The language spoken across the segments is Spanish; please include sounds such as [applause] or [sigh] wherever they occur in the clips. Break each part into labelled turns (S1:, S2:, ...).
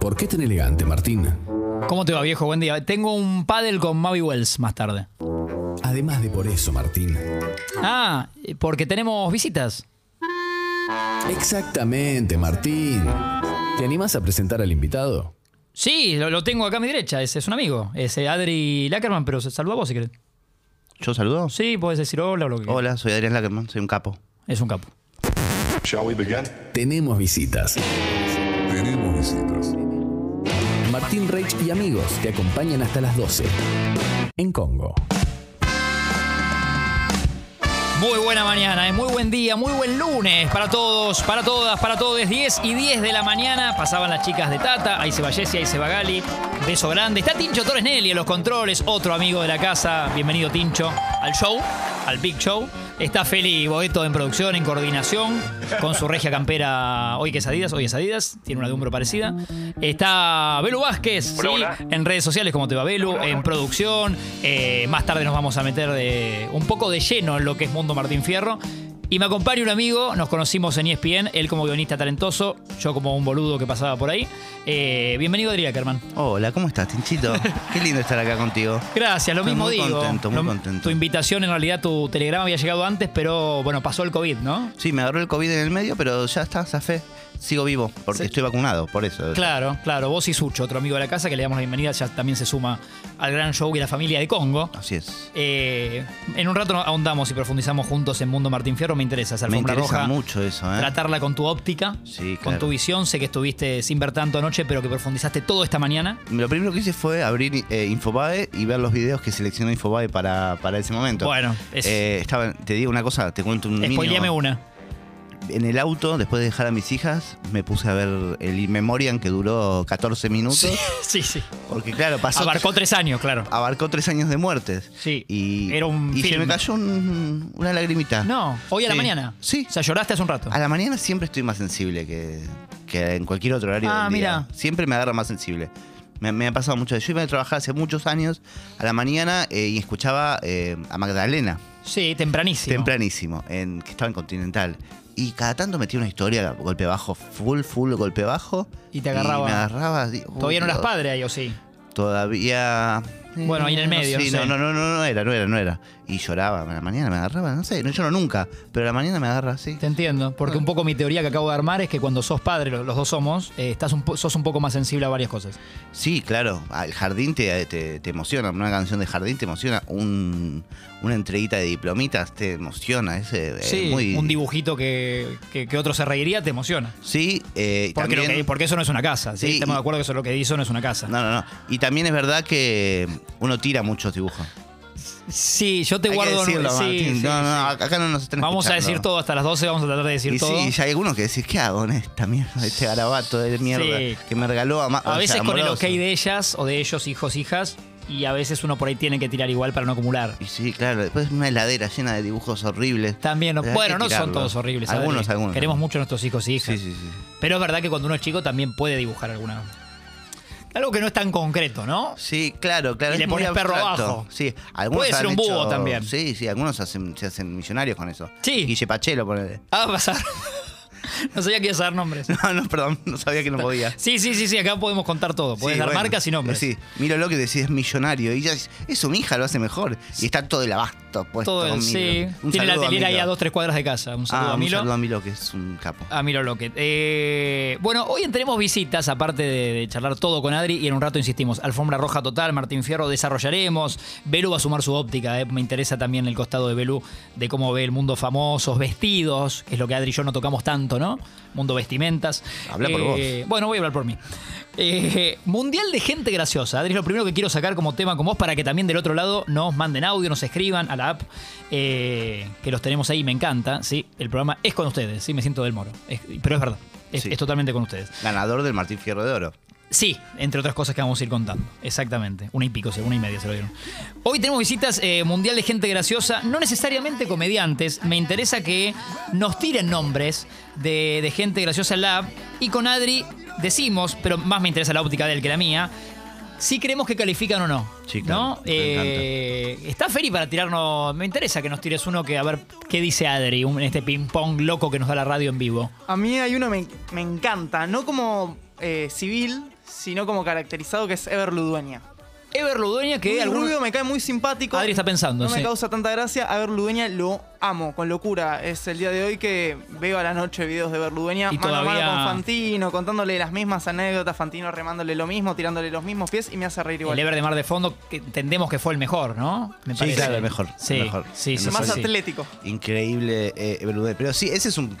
S1: ¿Por qué tan elegante, Martín?
S2: ¿Cómo te va, viejo? Buen día. Tengo un paddle con Mavi Wells más tarde.
S1: Además de por eso, Martín.
S2: Ah, porque tenemos visitas.
S1: Exactamente, Martín. ¿Te animás a presentar al invitado?
S2: Sí, lo, lo tengo acá a mi derecha. Es, es un amigo. Es eh, Adri Lackerman, pero se saluda vos si querés.
S3: ¿Yo saludo?
S2: Sí, podés decir hola o lo que quieras.
S3: Hola, soy Adrián Lackerman, soy un capo.
S2: Es un capo.
S4: Shall we begin?
S1: Tenemos visitas.
S4: Tenemos visitas.
S1: Martín Reich y amigos te acompañan hasta las 12. En Congo.
S2: Muy buena mañana, es muy buen día, muy buen lunes para todos, para todas, para todos. 10 y 10 de la mañana pasaban las chicas de Tata, ahí se va Jessy, ahí se va Gali. Beso grande. Está Tincho Torres Nelly en los controles, otro amigo de la casa. Bienvenido, Tincho, al show, al Big Show. Está Feli Boeto en producción, en coordinación, con su regia campera Ah, hoy que es Adidas, hoy es Adidas, tiene una de hombro parecida. Está Belu Vázquez, sí, en redes sociales, ¿cómo te va Belu? en producción. Eh, más tarde nos vamos a meter de- un poco de lleno en lo que es Mundo Martín Fierro. Y me acompaña un amigo, nos conocimos en E ESPN, él como guionista talentoso, yo como un boludo que pasaba por ahí. Eh, bienvenido Adrián Ackerman.
S3: Hola, ¿cómo estás,
S2: [laughs]
S3: Tinchito? Qué lindo estar acá contigo.
S2: Gracias, lo
S3: Estoy
S2: mismo
S3: muy
S2: digo.
S3: contento, muy
S2: Lo-
S3: contento.
S2: Tu invitación, en realidad, tu telegrama había llegado antes, pero bueno, pasó el COVID, ¿no?
S3: Sí, me agarró el COVID en el medio, pero ya está, zafé. Sigo vivo, porque
S2: Sí.
S3: estoy vacunado, por eso.
S2: Claro, claro. Vos y Sucho, otro amigo de la casa, que le damos la bienvenida, ya también se suma al gran show y la familia de Congo.
S3: Así es.
S2: Eh, en un rato ahondamos y profundizamos juntos en Mundo Martín Fierro. Me interesa esa
S3: Me
S2: alfombra
S3: interesa
S2: roja.
S3: mucho eso, ¿eh?
S2: Tratarla con tu óptica,
S3: Sí,
S2: con
S3: claro.
S2: tu visión. Sé que estuviste sin ver tanto anoche, pero que profundizaste todo esta mañana.
S3: Lo primero que hice fue abrir eh, Infobae y ver los videos que seleccionó Infobae para, para ese momento.
S2: Bueno, es-
S3: Eh, estaba- te digo una cosa, te cuento un mínimo.
S2: Spoileame una.
S3: En el auto, después de dejar a mis hijas, me puse a ver el In Memoriam que duró 14 minutos.
S2: Sí, [laughs] sí, sí.
S3: Porque claro, pasó...
S2: Abarcó tres años, claro.
S3: abarcó tres años de muertes.
S2: Sí,
S3: Y,
S2: era un
S3: y se
S2: film.
S3: me cayó un- una lagrimita.
S2: No, hoy a la
S3: Ah. Sí.
S2: mañana.
S3: Sí.
S2: O sea, lloraste hace un rato.
S3: A la mañana siempre estoy más sensible que, que en cualquier otro horario
S2: Ah,
S3: del día.
S2: mira.
S3: Siempre me agarra más sensible. Me, me ha pasado mucho. Yo iba a trabajar hace muchos años a la mañana eh, y escuchaba eh, a Magdalena,
S2: Sí, tempranísimo.
S3: tempranísimo, en, que estaba en Continental. Y cada tanto metía una historia, golpe bajo, full, full, golpe bajo.
S2: Y te agarraba.
S3: Y me agarraba. digo, uy,
S2: Todavía no eras
S3: Dios.
S2: padre ahí, ¿o sí?
S3: Todavía.
S2: Bueno, ahí en el medio,
S3: Sí,
S2: no sé.
S3: no, no, no, no, no era, no era, no era. Y lloraba, a la mañana me agarraba, no sé, no lloro nunca, pero a la mañana me agarra así.
S2: Te entiendo, porque un poco mi teoría que acabo de armar es que cuando sos padre, lo- los dos somos, eh, estás un po- sos un poco más sensible a varias cosas.
S3: Sí, claro, ah, el jardín te, te, te emociona, una canción de jardín te emociona, un, una entreguita de diplomitas te emociona, es, eh,
S2: Sí,
S3: muy.
S2: un dibujito que, que- que otro se reiría te emociona.
S3: Sí, eh, y
S2: Porque, lo que-
S3: también-
S2: porque eso no es una casa, ¿sí?
S3: Sí,
S2: Estamos
S3: y-
S2: de acuerdo que eso lo que hizo no es una casa.
S3: No, no, no. Y también es verdad que uno tira muchos dibujos.
S2: Sí, yo te
S3: Hay que
S2: guardo...
S3: decirlo,
S2: sí,
S3: Martín.
S2: sí,
S3: no, no,
S2: sí.
S3: acá no nos están
S2: Vamos a
S3: escuchando.
S2: decir todo hasta las 12, vamos a tratar de decir
S3: Y
S2: todo.
S3: sí, y hay algunos que decís, ¿qué hago en esta mierda? Este garabato de mierda
S2: Sí.
S3: que me regaló ama-
S2: A veces con el ok
S3: Amoroso.
S2: de ellas o de ellos, hijos, hijas, y a veces uno por ahí tiene que tirar igual para no acumular.
S3: Y sí, claro, después una heladera llena de dibujos horribles.
S2: También, no-
S3: Hay que
S2: bueno, no son
S3: tirarlo.
S2: todos horribles. Adri.
S3: Algunos, algunos.
S2: Queremos mucho a nuestros hijos y hijas.
S3: Sí, sí, sí.
S2: Pero es verdad que cuando uno es chico también puede dibujar alguna. Algo que no es tan concreto, ¿no?
S3: Sí, claro, claro.
S2: Y
S3: es
S2: le
S3: muy
S2: pones perro
S3: abstracto.
S2: abajo.
S3: Sí, algunos
S2: Puede ser
S3: han
S2: un búho
S3: hecho-
S2: también.
S3: Sí, sí, algunos hacen- se hacen millonarios con eso.
S2: Sí.
S3: Guille Pachelo, ponele. [laughs]
S2: Ah, va a pasar. [laughs] no sabía que ibas a dar nombres.
S3: No, no, perdón, no sabía que no podía.
S2: Sí, sí, sí, sí, acá podemos contar todo. Puedes
S3: Sí,
S2: dar
S3: bueno.
S2: marcas y nombres.
S3: Sí, miro lo que decís, es millonario. Y ya es, eso, mi hija lo hace mejor. Y está todo el abasto puesto.
S2: Todo el,
S3: Milo.
S2: sí.
S3: Un
S2: Tiene la
S3: saludo
S2: telera ahí
S3: Milo.
S2: a dos, tres cuadras de casa. Un saludo
S3: Ah,
S2: a
S3: un
S2: Milo.
S3: saludo a Milo, que es un capo.
S2: A Milo Lockett. Ah, Eh, bueno, hoy tenemos visitas, aparte de, de charlar todo con Adri, y en un rato insistimos, alfombra roja total, Martín Fierro desarrollaremos, Belú va a sumar su óptica, eh, me interesa también el costado de Belú, de cómo ve el mundo famosos, vestidos, que es lo que Adri y yo no tocamos tanto, ¿no? Mundo vestimentas.
S3: Habla por
S2: Eh, Bueno, voy a hablar por mí. Eh, mundial de gente graciosa. Adri, es lo primero que quiero sacar como tema con vos para que también del otro lado nos manden audio, nos escriban a la app, eh, que los tenemos ahí, me encanta. ¿sí? El programa es con ustedes, ¿sí? me siento del moro. Es- pero es verdad, es,
S3: Sí.
S2: es totalmente con ustedes.
S3: Ganador del Martín Fierro de Oro.
S2: Sí, entre otras cosas que vamos a ir contando. Exactamente. Una y pico, se- una y media se lo dieron. Hoy tenemos visitas eh, mundial de gente graciosa, no necesariamente comediantes. Me interesa que nos tiren nombres de, de gente graciosa en la app. Y con Adri decimos, pero más me interesa la óptica de él que la mía, si creemos que califican o no.
S3: Sí, claro,
S2: ¿no?
S3: me
S2: Eh, está Feri para tirarnos. Me interesa que nos tires uno que a ver qué dice Adri un- en este ping-pong loco que nos da la radio en vivo.
S5: A mí hay uno que me, me encanta, no como eh, civil, sino como caracterizado, que es Ever Ludueña.
S2: Ever Ludueña, que
S5: Luis
S2: algún-
S5: Rubio me cae muy simpático.
S2: Adri está pensando,
S5: No me
S2: sí.
S5: causa tanta gracia. A Berludueña lo amo, con locura. Es el día de hoy que veo a la noche videos de Berludueña
S2: Y
S5: mano a
S2: todavía-
S5: mano con Fantino, contándole las mismas anécdotas, Fantino remándole lo mismo, tirándole los mismos pies y me hace reír igual.
S2: el Ever de Mar de Fondo, que entendemos que fue el mejor, ¿no? Me
S3: Sí, claro, el mejor,
S2: Sí,
S3: el mejor.
S2: sí,
S3: El
S2: sí,
S3: mejor.
S5: Más
S2: sí, sí.
S5: atlético.
S3: Increíble, eh, Berludet. Pero sí, ese es un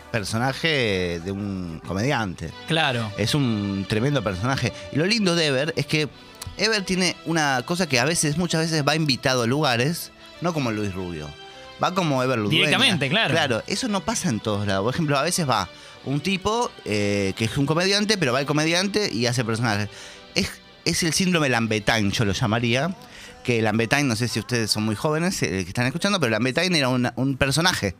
S3: personaje de un comediante.
S2: Claro.
S3: Es un tremendo personaje. Y lo lindo de Ever es que Ever tiene una cosa que a veces, muchas veces va invitado a lugares, no como Luis Rubio. Va como Ever Ludueña.
S2: Directamente, claro.
S3: Claro, eso no pasa en todos lados. Por ejemplo, a veces va un tipo eh, que es un comediante, pero va el comediante y hace personajes. Es, es el síndrome Lambetain, yo lo llamaría. Que Lambetain, no sé si ustedes son muy jóvenes eh, que están escuchando, pero Lambetain era una- un personaje.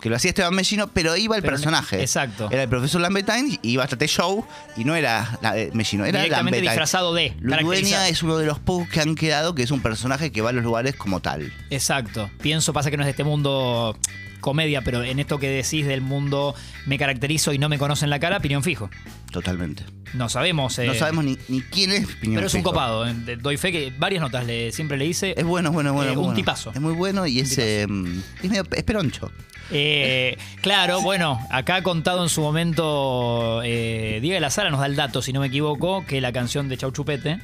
S3: Que lo hacía Esteban Mellino, pero iba el
S2: Pero-
S3: personaje.
S2: exacto.
S3: Era el profesor Lambetain y iba a este show y no era la, eh, Mellino, era
S2: Directamente
S3: Lambetain.
S2: disfrazado de. caracterizado.
S3: Ludueña es uno de los pocos que han quedado que es un personaje que va a los lugares como tal.
S2: Exacto. Pienso, pasa que no es de este mundo comedia, pero en esto que decís del mundo me caracterizo y no me conocen la cara, piñón fijo.
S3: Totalmente.
S2: No sabemos. eh,
S3: No sabemos ni, ni quién es Piñón
S2: Pero es un
S3: Fijo.
S2: copado. eh, de- Doy fe que varias notas le, siempre le hice.
S3: Es bueno, es bueno, es bueno.
S2: Eh,
S3: es
S2: un
S3: bueno.
S2: tipazo.
S3: Es muy bueno y es,
S2: tipazo.
S3: eh, es medio es peroncho.
S2: Eh, claro, bueno, acá ha contado en su momento eh, Diego de la Sala, nos da el dato, si no me equivoco, que la canción de Chau Chupete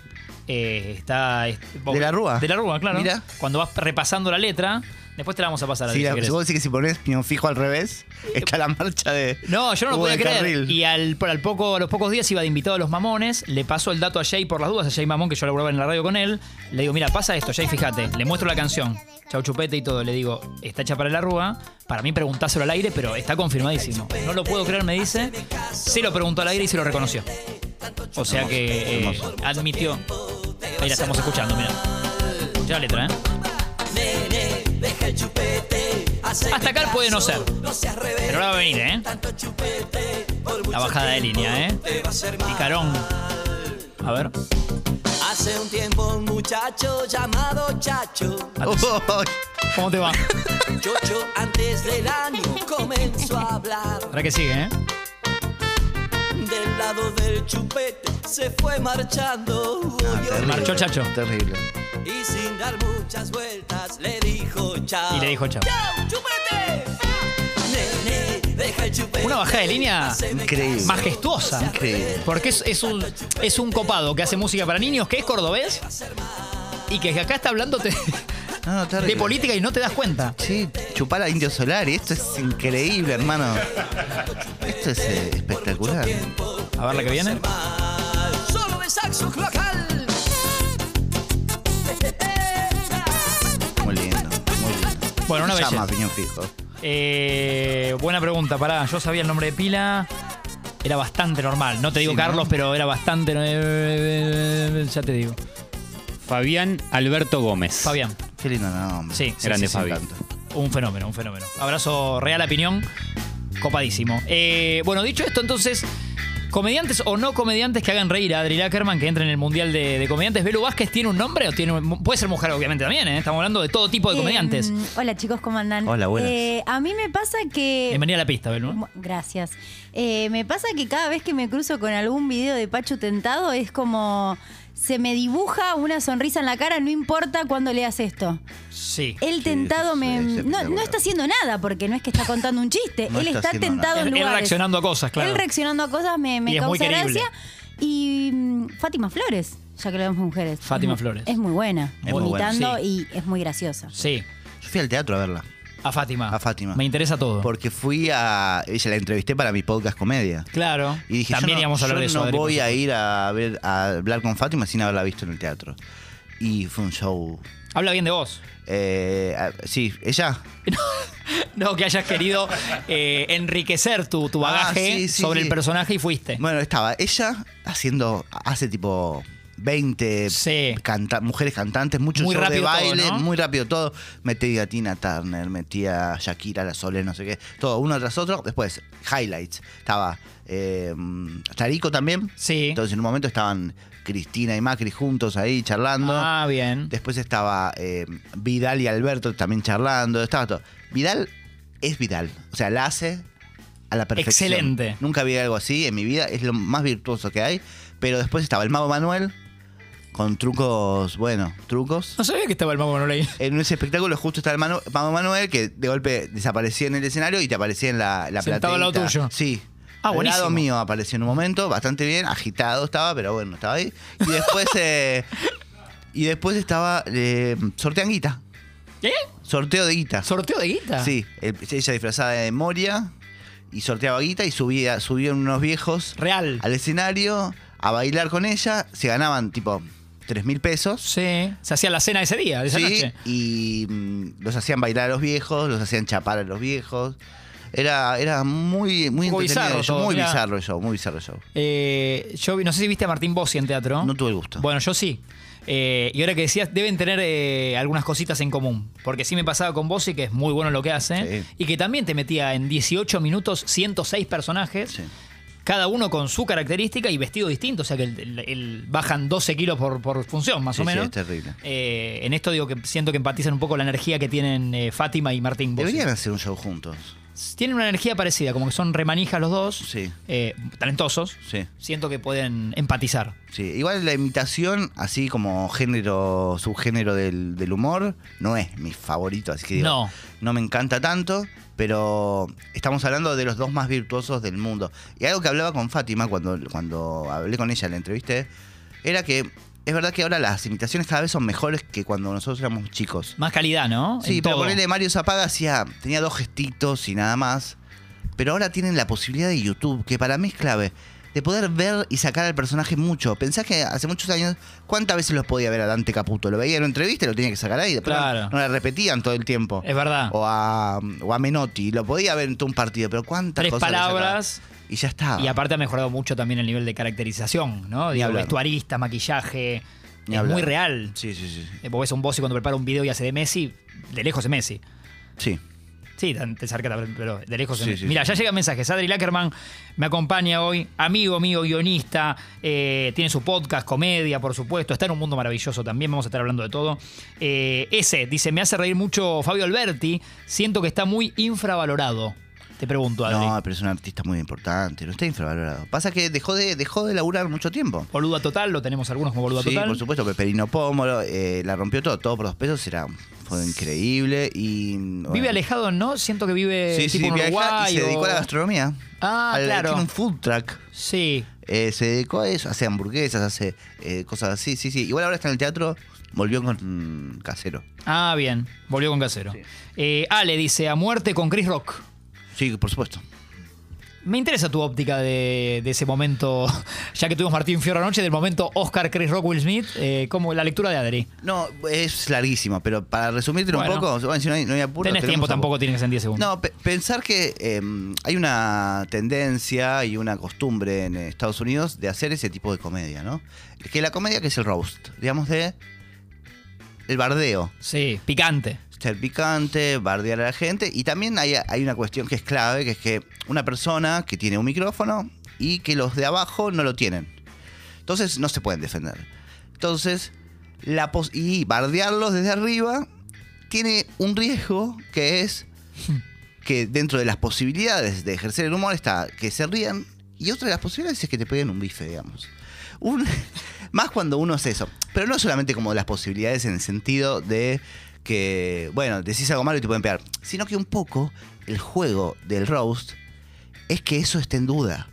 S2: eh, está... es-
S3: De la Rúa.
S2: De la Rúa, claro.
S3: Mirá.
S2: Cuando vas repasando la letra, después te la vamos a pasar.
S3: Si,
S2: Adri,
S3: la-
S2: si querés.
S3: si vos decís que si ponés Piñón Fijo al revés, está la marcha de.
S2: No, yo no lo
S3: Hugo
S2: podía
S3: de
S2: creer.
S3: Carril.
S2: Y al, por- al poco, a los pocos días iba de invitado a los mamones, le paso el dato a Jay por las dudas, a Jay Mamón, que yo laburaba en la radio con él. Le digo, mira, pasa esto, Jay, fíjate. Le muestro la canción. Chau chupete y todo. Le digo, está hecha para la rúa. Para mí preguntáselo al aire, pero está confirmadísimo. No lo puedo creer, me dice. Se lo preguntó al aire y se lo reconoció. O sea que eh,
S3: Hermoso.
S2: admitió. Ahí la estamos escuchando, mira. Escuchá la letra, ¿eh? Hasta acá puede no ser. Pero ahora va a venir, ¿eh? La bajada de línea, ¿eh? Picarón. A ver.
S6: Hace un tiempo un muchacho llamado Chacho,
S3: Oh, oh, oh.
S2: ¿Cómo te va?
S6: Chocho antes del año comenzó a hablar.
S2: Ahora que sigue, ¿eh?
S6: Del lado del chupete se fue marchando
S3: terrible.
S2: Ah, Marchó Chacho.
S3: Terrible.
S6: y sin dar muchas vueltas le dijo chao.
S2: Y le dijo chao.
S6: ¡Chao, chupete! Nene, deja el chupete.
S2: Una bajada de línea
S3: Increíble.
S2: majestuosa.
S3: Increíble.
S2: Porque es, es un, es un copado que hace música para niños, que es cordobés y que acá está hablándote [laughs]
S3: No, no, terrible.
S2: de política y no te das cuenta.
S3: Sí, chupar a Indio Solar y esto es increíble, hermano. Esto es eh, espectacular.
S2: A ver la que viene.
S6: Solo de saxo cloacal.
S3: Muy lindo. Muy lindo.
S2: Bueno, una
S3: Se
S2: belleza.
S3: llama Piñón Fijo.
S2: Eh, buena pregunta, pará. Yo sabía el nombre de pila. Era bastante normal. No te digo
S3: Sí, ¿no?
S2: Carlos, pero era bastante. eh, ya te digo.
S7: Fabián Alberto Gómez.
S2: Fabián.
S3: Qué lindo nombre.
S2: Sí, sí,
S7: Grande
S3: Me
S7: Fabi.
S3: encanta.
S2: Un fenómeno, un fenómeno. Abrazo real a Piñón. Copadísimo. Eh, bueno, dicho esto, entonces, comediantes o no comediantes que hagan reír a Adri Lackerman, que entra en el Mundial de, de Comediantes. ¿Belu Vázquez tiene un nombre o tiene un- puede ser mujer, obviamente, también? ¿eh? Estamos hablando de todo tipo de comediantes.
S8: Eh, hola chicos, ¿cómo andan?
S3: Hola, buenas.
S8: Eh, a mí me pasa que...
S2: Bienvenida a la pista, Belu.
S8: Mu- Gracias. Eh, me pasa que cada vez que me cruzo con algún video de Pachu Tentado es como... Se me dibuja una sonrisa en la cara, no importa cuándo leas esto.
S2: Sí.
S8: El tentado
S3: sí,
S8: me...
S3: sí, sí,
S8: No, no está haciendo nada, porque no es que está contando un chiste.
S3: No
S8: él
S3: está
S8: está,
S3: haciendo
S8: tentado
S2: Él,
S8: en
S2: él
S8: lugares.
S2: reaccionando a cosas, claro.
S8: Él reaccionando a cosas me, me
S2: Y es muy
S8: causa
S2: querible.
S8: gracia. Y mm, Fátima Flores, ya que lo vemos mujeres.
S2: Fátima
S8: Es mu-
S2: Flores.
S8: Es muy buena,
S3: Es muy buena,
S8: imitando y es muy graciosa.
S2: Sí.
S3: Yo fui al teatro a verla.
S2: A Fátima.
S3: A Fátima.
S2: Me interesa todo.
S3: Porque fui a. Ella la entrevisté para mi podcast comedia.
S2: Claro.
S3: Y dije,
S2: También
S3: yo no,
S2: íbamos a hablar
S3: yo
S2: de eso.
S3: no
S2: Adri, por
S3: voy a
S2: supuesto.
S3: ir a, ver, a hablar con Fátima sin haberla visto en el teatro. Y fue un show.
S2: Habla bien de
S3: [laughs]
S2: vos.
S3: Eh, ah, sí, ella.
S2: No, que hayas querido eh, enriquecer tu, tu
S3: Ah,
S2: bagaje
S3: sí, sí,
S2: sobre
S3: sí.
S2: el personaje y fuiste.
S3: Bueno, estaba ella haciendo. Hace tipo 20
S2: Sí.
S3: canta- mujeres cantantes, mucho
S2: Muy
S3: show de
S2: rápido todo,
S3: baile,
S2: ¿no?
S3: muy rápido todo. Metí a Tina Turner, metí a Shakira, la Sole, no sé qué. Todo, uno tras otro. Después, highlights. Estaba eh, Tarico también.
S2: Sí.
S3: Entonces, en un momento estaban Cristina y Macri juntos ahí charlando.
S2: ah, bien.
S3: Después estaba eh, Vidal y Alberto también charlando. Estaba todo. Vidal es Vidal. O sea, la hace a la perfección.
S2: Excelente.
S3: Nunca vi algo así en mi vida, es lo más virtuoso que hay. Pero después estaba el mago Manuel con trucos, bueno, trucos.
S2: No sabía que estaba el Mago Manuel ahí.
S3: En ese espectáculo justo estaba el Manu- Mago Manuel que de golpe desaparecía en el escenario y te aparecía en la, la
S2: Sentado al lado tuyo.
S3: plateíta. Sí.
S2: Ah,
S3: al
S2: buenísimo.
S3: lado mío apareció en un momento, bastante bien, agitado estaba, pero bueno, estaba ahí. Y
S2: [laughs]
S3: después, eh, y después estaba eh, sortean guita,
S2: ¿Qué?
S3: sorteo de guita.
S2: ¿Sorteo de guita?
S3: ¿Eh? Sí, el- ella disfrazada de Moria y sorteaba guita y subía, subieron unos viejos
S2: Real.
S3: al escenario a bailar con ella. Se ganaban tipo 3 mil pesos.
S2: Sí. Se hacía la cena ese día, de esa
S3: Sí,
S2: noche.
S3: y mm, los hacían bailar a los viejos, los hacían chapar a los viejos. Era, era muy, muy
S2: Un poco
S3: entretenido
S2: bizarro
S3: el show,
S2: todo,
S3: muy
S2: mirá.
S3: bizarro el show, muy bizarro el show.
S2: Eh, yo vi- no sé si viste a Martín Bossi en teatro.
S3: No tuve el gusto.
S2: Bueno, yo sí. Eh, y ahora que decías, deben tener eh, algunas cositas en común. Porque sí me pasaba con Bossi, que es muy bueno lo que hace.
S3: Sí.
S2: Y que también te metía en 18 minutos 106 personajes.
S3: Sí.
S2: Cada uno con su característica y vestido distinto. O sea que el- el- el- bajan 12 kilos por, por función, más
S3: Sí,
S2: o
S3: sí,
S2: menos.
S3: es terrible.
S2: Eh, en esto digo que siento que empatizan un poco la energía que tienen eh, Fátima y Martín Bossi.
S3: Deberían hacer un show juntos.
S2: Tienen una energía parecida, como que son remanijas los dos.
S3: Sí.
S2: Eh, talentosos.
S3: Sí.
S2: Siento que pueden empatizar.
S3: Sí, igual la imitación, así como género, subgénero del, del humor, no es mi favorito, así que digo,
S2: No.
S3: no me encanta tanto, pero estamos hablando de los dos más virtuosos del mundo. Y algo que hablaba con Fátima cuando, cuando hablé con ella, la entrevisté, era que es verdad que ahora las imitaciones cada vez son mejores que cuando nosotros éramos chicos.
S2: Más calidad, ¿no?
S3: Sí,
S2: En
S3: pero
S2: todo.
S3: ponerle Mario Zapaga hacía, tenía dos gestitos y nada más. Pero ahora tienen la posibilidad de YouTube, que para mí es clave, de poder ver y sacar al personaje mucho. Pensás que hace muchos años, ¿cuántas veces los podía ver a Dante Caputo? Lo veía en una entrevista y lo tenía que sacar ahí. Después
S2: Claro.
S3: no, no la repetían todo el tiempo.
S2: Es verdad.
S3: O a, o a Menotti, lo podía ver en todo un partido, pero ¿cuántas
S2: Tres
S3: cosas le sacaba?
S2: palabras.
S3: Y ya está.
S2: Y aparte ha mejorado mucho también el nivel de caracterización, ¿no?
S3: ah. Ni
S2: Digo,
S3: hablar.
S2: vestuarista, maquillaje.
S3: Ni
S2: es
S3: hablar.
S2: muy real.
S3: Sí, sí, sí.
S2: Eh, Vos ves a un boss y cuando prepara un video y hace de Messi, de lejos es Messi.
S3: Sí.
S2: Sí, tan- te cerca, pero de lejos.
S3: Sí, sí,
S2: Mira,
S3: sí.
S2: ya llegan mensajes. Adri Lackerman me acompaña hoy, amigo mío, guionista, eh, tiene su podcast, comedia, por supuesto. Está en un mundo maravilloso también, vamos a estar hablando de todo. Eh, ese, dice, me hace reír mucho Fabio Alberti, siento que está muy infravalorado. Te pregunto, Adri.
S3: No, pero es un artista muy importante, no está infravalorado. Pasa que dejó de, dejó de laburar mucho tiempo.
S2: Boluda Total, lo tenemos algunos como Boluda
S3: Sí,
S2: Total.
S3: por supuesto, Peperino Pómolo, eh, la rompió todo, todo por dos pesos, era, fue increíble y... bueno.
S2: Vive alejado, ¿no? Siento que vive
S3: Sí, sí,
S2: tipo en
S3: viaja
S2: Uruguay
S3: y se
S2: o-
S3: dedicó a la gastronomía.
S2: Ah,
S3: Al-
S2: claro.
S3: Tiene un food truck.
S2: Sí.
S3: eh, se dedicó a eso, hace hamburguesas, hace eh, cosas así, sí, sí. Igual ahora está en el teatro, volvió con mm, casero.
S2: Ah, bien. Volvió con casero. Eh, Ale dice, a muerte con Chris Rock.
S3: Sí, por supuesto.
S2: Me interesa tu óptica de, de ese momento, [laughs] ya que tuvimos Martín Fierro anoche, del momento Oscar, Chris Rock, Will Smith, eh, como la lectura de Adri.
S3: No, es larguísimo, pero para resumírtelo
S2: Bueno.
S3: un poco, bueno, si no hay, no hay apuro,
S2: Tenés tiempo,
S3: tenemos apuro.
S2: tampoco tienes en 10 segundos.
S3: No, pe- pensar que em, hay una tendencia y una costumbre en Estados Unidos de hacer ese tipo de comedia, ¿no? Que la comedia que es el roast, digamos de el bardeo,
S2: Sí, picante.
S3: ser picante, bardear a la gente y también hay, hay una cuestión que es clave, que es que una persona que tiene un micrófono y que los de abajo no lo tienen. Entonces no se pueden defender. Entonces, la pos- y bardearlos desde arriba tiene un riesgo que es que dentro de las posibilidades de ejercer el humor está que se rían y otra de las posibilidades es que te peguen un bife, digamos. Un- [laughs] más cuando uno hace eso. Pero no solamente como las posibilidades en el sentido de que, bueno, decís algo malo y te pueden pegar, sino que un poco el juego del roast es que eso esté en duda.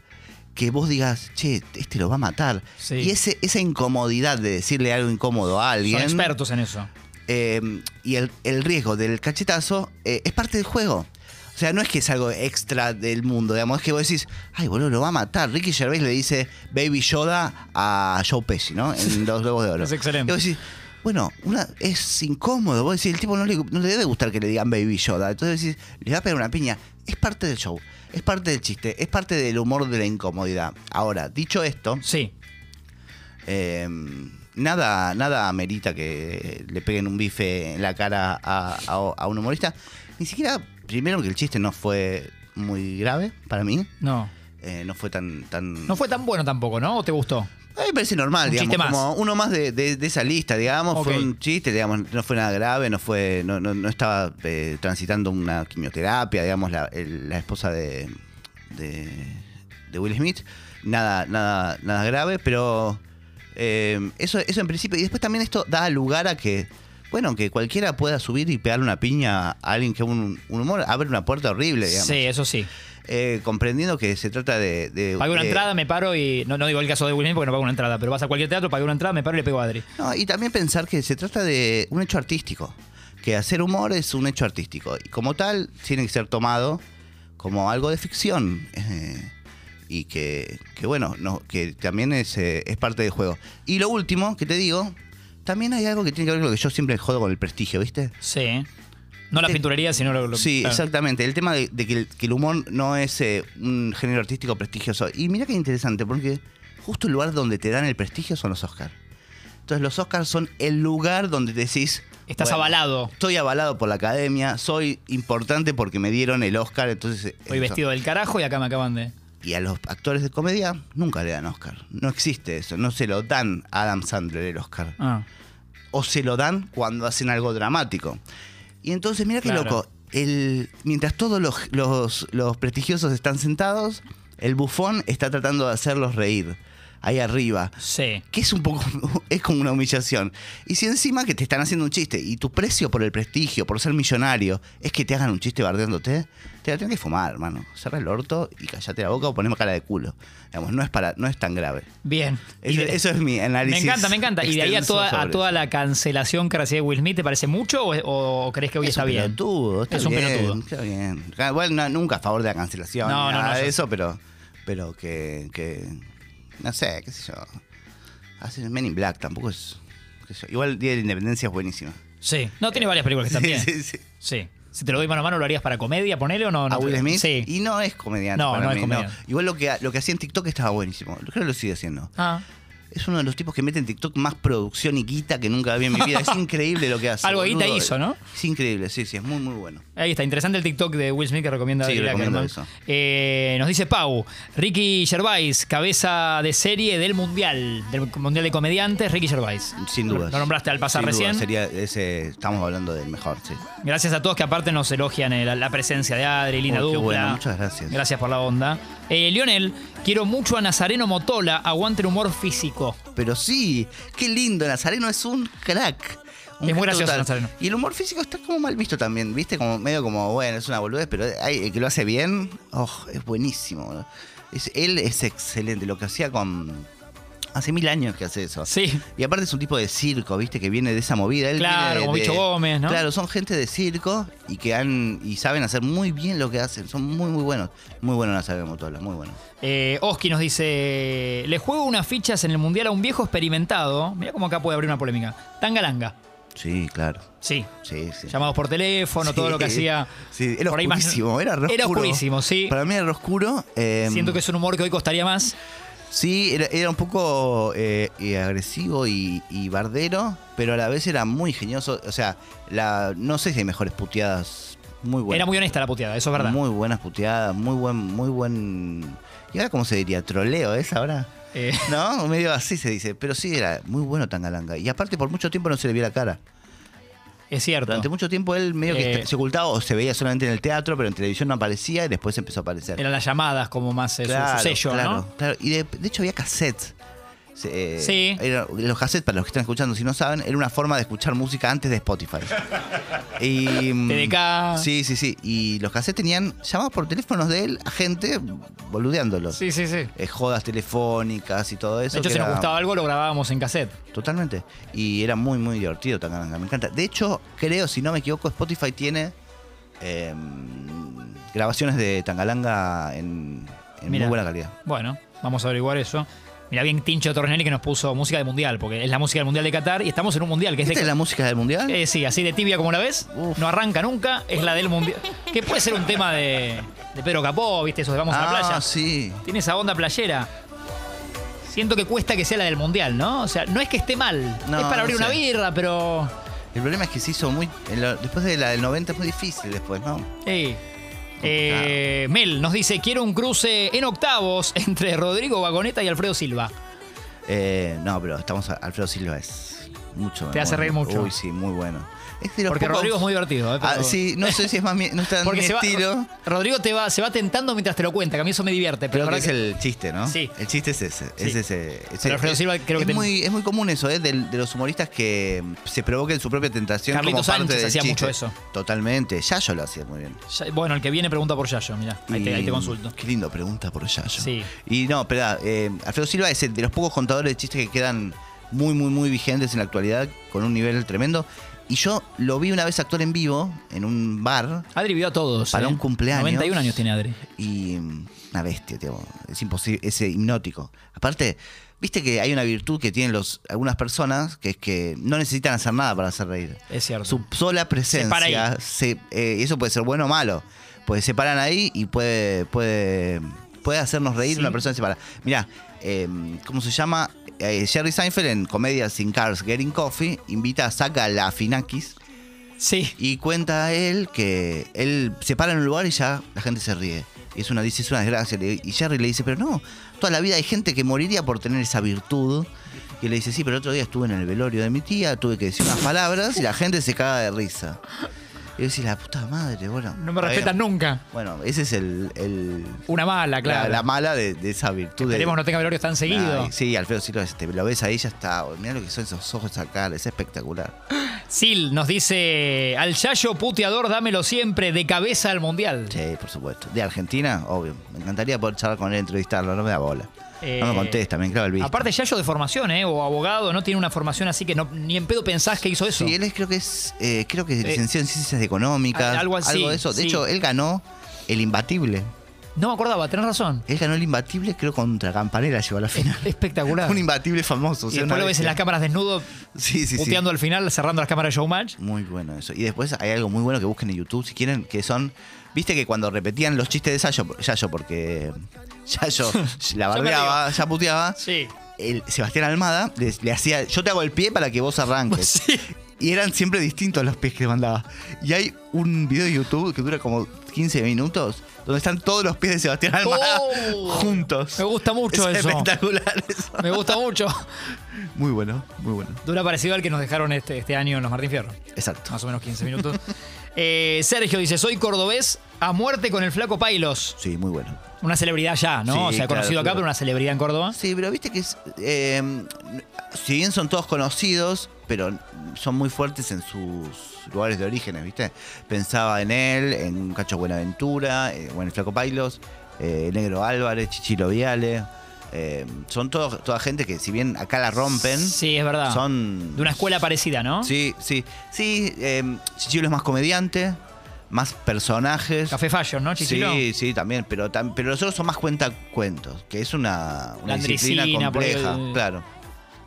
S3: Que vos digas, che, este lo va a matar.
S2: Sí.
S3: Y ese, esa incomodidad de decirle algo incómodo a alguien.
S2: Son expertos en eso.
S3: Eh, y el, el riesgo del cachetazo eh, es parte del juego. O sea, no es que es algo extra del mundo, digamos, es que vos decís, ay, boludo, lo va a matar. Ricky Gervais le dice Baby Yoda a Joe Pesci, ¿no? En Los Globos de Oro.
S2: Es excelente.
S3: Y vos decís, bueno, una, es incómodo. Vos decís, el tipo no le, no le debe gustar que le digan Baby Yoda. Entonces decís, le va a pegar una piña. Es parte del show, es parte del chiste, es parte del humor de la incomodidad. Ahora, dicho esto,
S2: Sí.
S3: eh, nada, nada amerita que le peguen un bife en la cara a, a- a un humorista. Ni siquiera, primero que el chiste no fue muy grave para mí.
S2: No.
S3: eh, no fue tan, tan.
S2: No fue tan bueno tampoco, ¿no? ¿O te gustó?
S3: A mí me parece normal,
S2: Un
S3: digamos.
S2: chiste más.
S3: Como uno más de, de- de esa lista, digamos.
S2: Ok.
S3: Fue un chiste, digamos, no fue nada grave, no fue, no, no, no estaba eh, transitando una quimioterapia, digamos, la, el- la esposa de, de, de Will Smith. Nada, nada, nada grave, pero eh, eso, eso en principio. Y después también esto da lugar a que, bueno, que cualquiera pueda subir y pegarle una piña a alguien que un, un humor abre una puerta horrible, digamos.
S2: Sí, eso sí.
S3: Eh, comprendiendo que se trata de. de-
S2: Pagué una
S3: de-
S2: entrada, me paro y. No, no digo el caso de Will Smith porque no pago una entrada, pero vas a cualquier teatro, pagué una entrada, me paro y le pego a Adri.
S3: No, y también pensar que se trata de un hecho artístico. Que hacer humor es un hecho artístico. Y como tal, tiene que ser tomado como algo de ficción. eh, y que, que bueno, no, que también es, eh, es parte del juego. Y lo último que te digo, también hay algo que tiene que ver con lo que yo siempre jodo con el prestigio, ¿viste?
S2: Sí. ¿eh? No la
S3: Sí.
S2: pinturería, sino lo. ah. lo-
S3: Sí,
S2: claro.
S3: exactamente. El tema de, de que, el, que el humor no es eh, un género artístico prestigioso. Y mira qué interesante, porque justo el lugar donde te dan el prestigio son los Oscars. Entonces los Oscars son el lugar donde decís...
S2: Estás
S3: bueno,
S2: avalado.
S3: Estoy avalado por la academia, soy importante porque me dieron el Oscar, entonces... eh,
S2: Estoy
S3: eso.
S2: vestido del carajo y acá me acaban de.
S3: Y a los actores de comedia nunca le dan Oscar. No existe eso, no se lo dan a Adam Sandler el Oscar
S2: Ah.
S3: o se lo dan cuando hacen algo dramático. Y entonces, mira qué
S2: Claro.
S3: loco. El, mientras todos los, los- los prestigiosos están sentados, el bufón está tratando de hacerlos reír. Ahí arriba.
S2: Sí.
S3: Que es un poco. [laughs] Es como una humillación. Y si encima que te están haciendo un chiste y tu precio por el prestigio, por ser millonario, es que te hagan un chiste bardeándote, te la tienen que fumar, hermano. Cerra el orto y callate la boca o poneme cara de culo. Digamos, no es, para, no es tan grave.
S2: Bien. Y
S3: Eso,
S2: de-
S3: eso es mi
S2: me
S3: análisis.
S2: encanta, me encanta. ¿Y de ahí a
S3: extenso
S2: toda, a
S3: sobre
S2: toda la cancelación que recibe Will Smith, ¿te parece mucho o, o crees que hoy
S3: es
S2: está
S3: un
S2: bien?
S3: pelotudo, está
S2: Es un
S3: bien,
S2: pelotudo.
S3: Está bien. Ah, Bueno, no, nunca a favor de la cancelación,
S2: No,
S3: ni
S2: no,
S3: nada
S2: no,
S3: de
S2: yo-
S3: eso, pero, pero que, que. No sé, qué sé yo. Hacen Men in Black tampoco es. qué sé yo. Igual Día de la Independencia es buenísima.
S2: Sí. No, tiene varias películas que están bien.
S3: [laughs] Sí, sí, sí.
S2: Sí. Si te lo doy mano a mano, ¿lo harías para comedia, ponele o no?
S3: a
S2: No,
S3: Will Smith.
S2: Sí.
S3: Y no es comediante.
S2: No,
S3: para
S2: no es
S3: mí,
S2: comediante.
S3: Igual lo que, lo que hacía en TikTok estaba buenísimo. Creo que lo sigue haciendo.
S2: Ah.
S3: Es uno de los tipos que mete en TikTok más producción y guita que nunca había en mi vida.
S2: [laughs]
S3: Es increíble lo que hace.
S2: Algo guita
S3: boludo.
S2: hizo, ¿no?
S3: Es increíble, sí, sí, es muy, muy bueno.
S2: Ahí está, interesante el TikTok de Will Smith que recomienda
S3: Sí,
S2: David
S3: recomiendo
S2: Ackerman.
S3: eso.
S2: Eh, nos dice Pau, Ricky Gervais, cabeza de serie del Mundial, del Mundial de Comediantes, Ricky Gervais.
S3: Sin duda.
S2: Lo nombraste al pasar
S3: Sin duda,
S2: recién.
S3: sería ese, estamos hablando del mejor, sí.
S2: Gracias a todos que aparte nos elogian eh, la, la presencia de Adri, Lina
S3: Oh, qué
S2: Dupla.
S3: bueno, muchas gracias.
S2: Gracias por la onda. Eh, Lionel, quiero mucho a Nazareno Motola, aguante el humor físico.
S3: Pero sí, qué lindo, Nazareno es un crack. Un
S2: Es muy
S3: crack
S2: gracioso, Nazareno.
S3: Y el humor físico está como mal visto también, ¿viste? Como medio como, bueno, es una boludez, pero hay, el que lo hace bien, oh, es buenísimo. Es- él es excelente, lo que hacía con... Hace mil años que hace eso.
S2: Sí.
S3: Y aparte es un tipo de circo, ¿viste? Que viene de esa movida. Él
S2: Claro,
S3: viene
S2: como
S3: de-
S2: Bicho Gómez, ¿no?
S3: Claro, son gente de circo y que han y saben hacer muy bien lo que hacen. Son muy, muy buenos. Muy buenos Nazareno Motola, muy buenos.
S2: Eh, Oski nos dice, le juego unas fichas en el Mundial a un viejo experimentado. Mira cómo acá puede abrir una polémica. Tangalanga.
S3: Sí, claro.
S2: Sí,
S3: Sí, sí.
S2: llamados por teléfono,
S3: Sí,
S2: todo lo que hacía.
S3: [laughs] Sí, era
S2: Por ahí más-
S3: oscurísimo, era re
S2: Era
S3: oscuro.
S2: oscurísimo, sí.
S3: Para mí era re oscuro. eh,
S2: Siento que es un humor que hoy costaría más.
S3: Sí, era, era un poco eh, eh, agresivo y, y bardero, pero a la vez era muy ingenioso. O sea, la, no sé si hay mejores puteadas muy buenas.
S2: Era muy honesta la puteada, eso es verdad.
S3: Muy buenas puteadas, muy buen, muy buen. ¿Y ahora cómo se diría? ¿Troleo es ahora?
S2: Eh,
S3: No, medio así se dice. Pero sí era muy bueno Tangalanga. Y aparte, por mucho tiempo no se le vio la cara.
S2: es cierto.
S3: Durante mucho tiempo él medio que
S2: Eh.
S3: se ocultaba o se veía solamente en el teatro, pero en televisión no aparecía y después empezó a aparecer.
S2: Eran las llamadas como más eh, su- su, sello,
S3: claro,
S2: ¿no?
S3: claro. Y de, de hecho había cassettes. Se- eh,
S2: Sí.
S3: era- los cassettes, para los que están escuchando, si no saben, era una forma de escuchar música antes
S2: [laughs]
S3: de Spotify. y, mm,
S2: TDK.
S3: Sí, sí, sí. Y los cassettes tenían llamadas por teléfonos de él a gente boludeándolos.
S2: Sí, sí, sí.
S3: Eh, jodas telefónicas y todo eso.
S2: De hecho,
S3: que
S2: si nos
S3: era-
S2: gustaba algo, lo grabábamos en cassette.
S3: Totalmente. Y era muy, muy divertido Tangananga. Me encanta. De hecho, creo, si no me equivoco, Spotify tiene eh, grabaciones de Tangalanga en, en muy
S2: Mirá.
S3: buena calidad.
S2: Bueno, vamos a averiguar eso. Mira bien Tincho Tornelli que nos puso música de mundial, porque es la música del mundial de Qatar y estamos en un mundial que es
S3: ¿Esta
S2: de.
S3: es la música del mundial?
S2: Eh, sí, así de tibia como la ves,
S3: Uf.
S2: no arranca nunca, es la del mundial. Que puede ser un tema de, de Pedro Capó, ¿viste? Eso de vamos a la playa.
S3: Ah, sí.
S2: Tiene esa onda playera. Siento que cuesta que sea la del mundial, ¿no? O sea, no es que esté mal,
S3: No,
S2: es para
S3: no
S2: abrir una
S3: sé.
S2: birra, pero.
S3: El problema es que se hizo muy. en la- después de la del 90 es muy difícil después, ¿no?
S2: Ey. Eh, Mel nos dice, quiero un cruce en octavos [laughs] entre Rodrigo Vagoneta y Alfredo Silva.
S3: Eh, no, pero estamos. a- Alfredo Silva es mucho.
S2: Te hace
S3: Bueno,
S2: reír mucho.
S3: Uy, sí, muy bueno. Es de los
S2: Porque
S3: pocos-
S2: Rodrigo es muy divertido. ¿eh?
S3: Ah,
S2: Pero-
S3: sí, no sé si es más mi, no está en mi
S2: Porque se va-
S3: estilo.
S2: Rodrigo te va, se va tentando mientras te lo cuenta, que a mí eso me divierte. Pero
S3: Creo que
S2: la
S3: es
S2: verdad
S3: el chiste, ¿no?
S2: Sí.
S3: El chiste es ese. Es
S2: Sí.
S3: ese. es-
S2: Pero Alfredo
S3: es-
S2: Silva creo que
S3: es
S2: ten-
S3: muy, es muy común eso, ¿eh? Del- De, los humoristas que se provoquen su propia tentación.
S2: Carlitos
S3: como parte
S2: Sánchez
S3: del
S2: hacía
S3: chiste.
S2: mucho eso.
S3: Totalmente. Yayo lo hacía muy bien.
S2: que- Ya- bueno, el que viene pregunta por Yayo, mira, ahí, te, ahí te
S3: Y-
S2: consulto.
S3: Qué lindo, pregunta por Yayo.
S2: Sí.
S3: Y no, pero eh, Alfredo Silva es el de los pocos contadores de chistes que quedan muy, muy, muy vigentes en la actualidad, con un nivel tremendo. Y yo lo vi una vez actuar en vivo en un bar.
S2: Adri vivió a todos. ¿eh?
S3: Para un cumpleaños.
S2: 91 años tiene Adri.
S3: y mm, una bestia, tío. Es imposible, es eh, hipnótico. Aparte, viste que hay una virtud que tienen los, algunas personas, que es que no necesitan hacer nada para hacer reír.
S2: Es cierto.
S3: Su sola
S2: para ahí.
S3: presencia, se- eh, eso puede ser bueno o malo, pues se paran ahí y puede, puede, puede hacernos reír una persona se para. Mirá, eh, ¿cómo se llama? Eh, Jerry Seinfeld en Comedias in Cars Getting Coffee invita a Saca la Finakis
S2: Sí.
S3: y cuenta él que él se para en un lugar y ya la gente se ríe. Y es una, dice, es una desgracia. Le- Y Jerry le dice, pero no, toda la vida hay gente que moriría por tener esa virtud. Y él le dice, sí, pero el otro día estuve en el velorio de mi tía, tuve que decir unas palabras y la gente se caga de risa. Y yo decís, la puta madre, bueno.
S2: No me
S3: está
S2: respetan
S3: bien.
S2: nunca.
S3: Bueno, ese es el, el-
S2: Una mala, claro.
S3: la, la mala de, de esa virtud. de-
S2: Esperemos no tenga velorios tan seguido.
S3: Ay, sí, Alfredo Silva, este, lo ves ahí, ya está. Mirá lo que son esos ojos acá, es espectacular.
S2: Sil nos dice, al Yayo puteador, dámelo siempre, de cabeza al mundial.
S3: Sí, por supuesto. De Argentina, obvio. Me encantaría poder charlar con él, entrevistarlo, no me da bola.
S2: Eh,
S3: no me contesta, me clava el visto.
S2: Aparte, Yayo de formación, ¿eh? O abogado, no tiene una formación así que no, ni en pedo pensás que hizo eso.
S3: Sí, él es, creo que es, eh, creo que es licenciado en ciencias económicas,
S2: al- algo
S3: algo,
S2: así,
S3: de eso. De
S2: sí.
S3: hecho, él ganó el imbatible.
S2: No me acordaba, tenés razón.
S3: Él ganó el imbatible, creo, contra Campanera llegó a la final.
S2: Espectacular.
S3: [laughs] Un imbatible famoso. o
S2: Y
S3: sea,
S2: después
S3: una
S2: lo ves en
S3: bestia.
S2: las cámaras desnudo,
S3: Sí, sí, sí.
S2: puteando al final, cerrando las cámaras de Showmatch.
S3: Muy bueno eso. Y después hay algo muy bueno que busquen en YouTube si quieren, que son. Viste que cuando repetían los chistes de Yayo, Yayo porque
S2: [laughs]
S3: Yayo la bardeaba, ya puteaba.
S2: Sí.
S3: el Sebastián Almada le, le hacía, yo te hago el pie para que vos arranques.
S2: [laughs] Pues Sí.
S3: Y eran siempre distintos los pies que le mandaba. Y hay un video de YouTube que dura como 15 minutos, donde están todos los pies de Sebastián Almada
S2: Oh.
S3: juntos.
S2: Me gusta mucho
S3: Es
S2: eso.
S3: Espectacular eso.
S2: Me gusta mucho. [laughs]
S3: Muy bueno, muy bueno.
S2: Dura parecido al que nos dejaron este, este año en los Martín Fierro.
S3: Exacto.
S2: Más o menos 15 minutos. Eh, Sergio dice, soy cordobés a muerte con el flaco Pailos.
S3: Sí, muy bueno.
S2: Una celebridad ya, ¿no?
S3: Sí,
S2: o sea,
S3: claro,
S2: conocido acá,
S3: claro.
S2: pero una celebridad en Córdoba.
S3: Sí, pero viste que es, eh, si bien son todos conocidos, pero son muy fuertes en sus lugares de orígenes, ¿viste? Pensaba en él, en Cacho Buenaventura, eh, bueno, el Flaco Pailos, eh, el Negro Álvarez, Chichilo Viale. eh, son todos, toda gente que si bien acá la rompen,
S2: Sí, es verdad.
S3: son...
S2: De una escuela parecida, ¿no?
S3: Sí, sí. Sí, eh, Chichilo es más comediante, más personajes.
S2: Café Fashion, ¿no, Chichilo?
S3: Sí, sí, también, pero, tam- pero los otros son más cuentacuentos, que es una, una
S2: La
S3: disciplina
S2: andresina, por
S3: compleja,
S2: el-
S3: claro.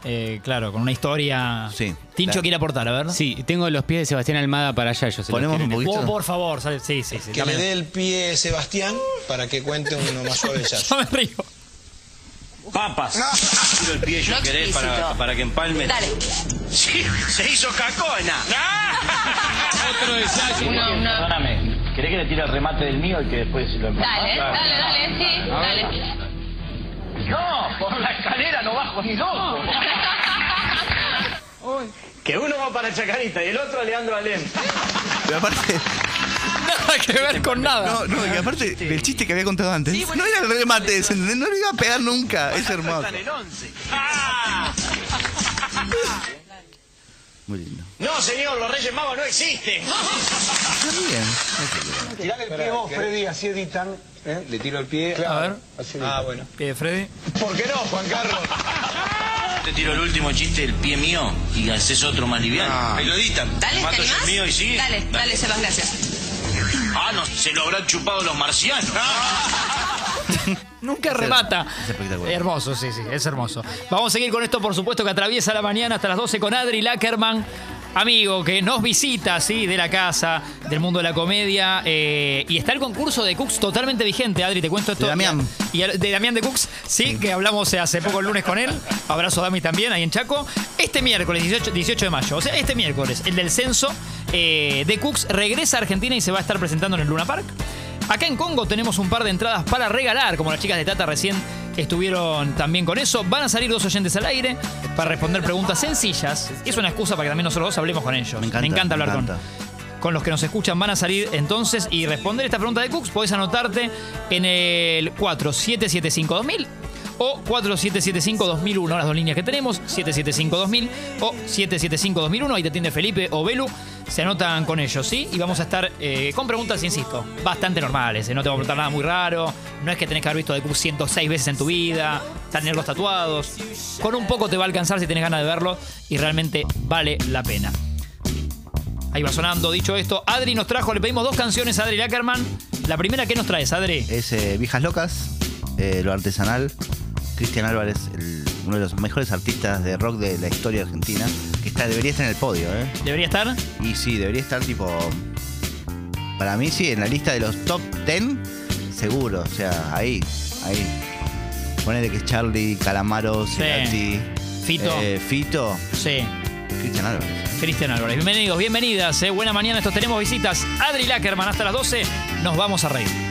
S2: Eh, claro, con una historia.
S3: Sí,
S2: Tincho
S3: claro.
S2: quiere aportar, a ver.
S7: Sí, tengo los pies de Sebastián Almada para allá. Yo se los
S3: Ponemos
S7: quiero
S3: un
S7: en el-
S2: Vos,
S3: poquito.
S2: por favor, sale- sí, sí, sí.
S9: Que le
S2: dame-
S9: dé el pie Sebastián para que cuente uno
S2: [laughs]
S9: más suave el
S2: Yo me río.
S10: Papas. Tiro el pie yo querés para, para que empalme. Dale. Sí, se hizo cacona. [laughs] Otro ensayo. Perdóname. ¿Querés que le tire el remate del mío y que después lo empalme? Ah, Dale, dale, dale, sí, dale. No, por la escalera no bajo ni loco. Que uno va para Chacarita y el otro a Leandro Alem.
S3: Pero aparte,
S2: [laughs] Nada que
S3: Este
S2: ver con nada.
S3: no, no, y aparte el chiste que había contado antes, no era el remate, ese, ¿entendés? no lo iba a pegar nunca, es hermoso.
S10: Están en once.
S2: ¡Ah!
S3: Muy lindo.
S10: No, señor, los Reyes Magos no existen.
S3: Está bien.
S9: Tirale el pie vos, Freddy, así editan. ¿eh? Le tiro el pie.
S2: A ver.
S9: Ah, bueno.
S2: Eh, Freddy.
S9: ¿Por qué no, Juan Carlos?
S10: Te tiro el último chiste del pie mío y haces otro más liviano.
S3: Ah.
S4: Ah.
S10: Ahí lo editan. Dale, Mato yo el mío y sigue. Dale, dale, Sebas, gracias. Ah, no, se lo habrán chupado los marcianos.
S2: Nunca remata.
S3: es espectacular.
S2: Hermoso, sí, sí, es hermoso. Vamos a seguir con esto, por supuesto, que atraviesa la mañana hasta las 12 con Adri Lackerman, amigo que nos visita, sí, de la casa, del mundo de la comedia. eh, y está el concurso de Cooks totalmente vigente, Adri, te cuento esto.
S3: De Damián.
S2: Y al- de Damián de Cooks, sí, que hablamos hace poco el lunes con él. Abrazo a Dami también, ahí en Chaco. Este miércoles, 18, 18 de mayo, o sea, este miércoles, el del censo eh, de Cooks regresa a Argentina y se va a estar presentando en el Luna Park. Acá en Congo tenemos un par de entradas para regalar, como las chicas de Tata recién estuvieron también con eso. Van a salir dos oyentes al aire para responder preguntas sencillas. Y es una excusa para que también nosotros dos hablemos con ellos. Me encanta, hablar
S3: me
S2: con con los que nos escuchan van a salir entonces y responder esta pregunta de Cooks. Podés anotarte en el 47752000 o 4775-2001, las dos líneas que tenemos, 775-2000 o 775-2001, ahí te atiende Felipe o Belu, se anotan con ellos, ¿sí? Y vamos a estar eh, con preguntas, insisto, bastante normales, ¿eh? no te va a preguntar nada muy raro, no es que tenés que haber visto de Cooks 106 veces en tu vida, tenerlos tatuados, con un poco te va a alcanzar si tenés ganas de verlo y realmente vale la pena. Ahí va sonando. Dicho esto, Adri nos trajo, le pedimos dos canciones a Adri Lackerman. La primera, ¿qué nos traes, Adri?
S3: Es eh, Viejas Locas, eh, lo artesanal. Cristian Álvarez, el- uno de los mejores artistas de rock de la historia argentina, que está, debería estar en el podio, ¿eh?
S2: ¿Debería estar?
S3: Y sí, debería estar tipo. Para mí sí, en la lista de los top 10, seguro. O sea, ahí, ahí. Ponele que Charlie, Calamaro, Cerati,
S2: Fito.
S3: eh, Fito,
S2: Sí.
S3: Cristian Álvarez.
S2: Cristian Álvarez. Bienvenidos, bienvenidas. eh. Buena mañana, estos tenemos visitas. Adri Lackerman, hasta las 12. Nos vamos a reír.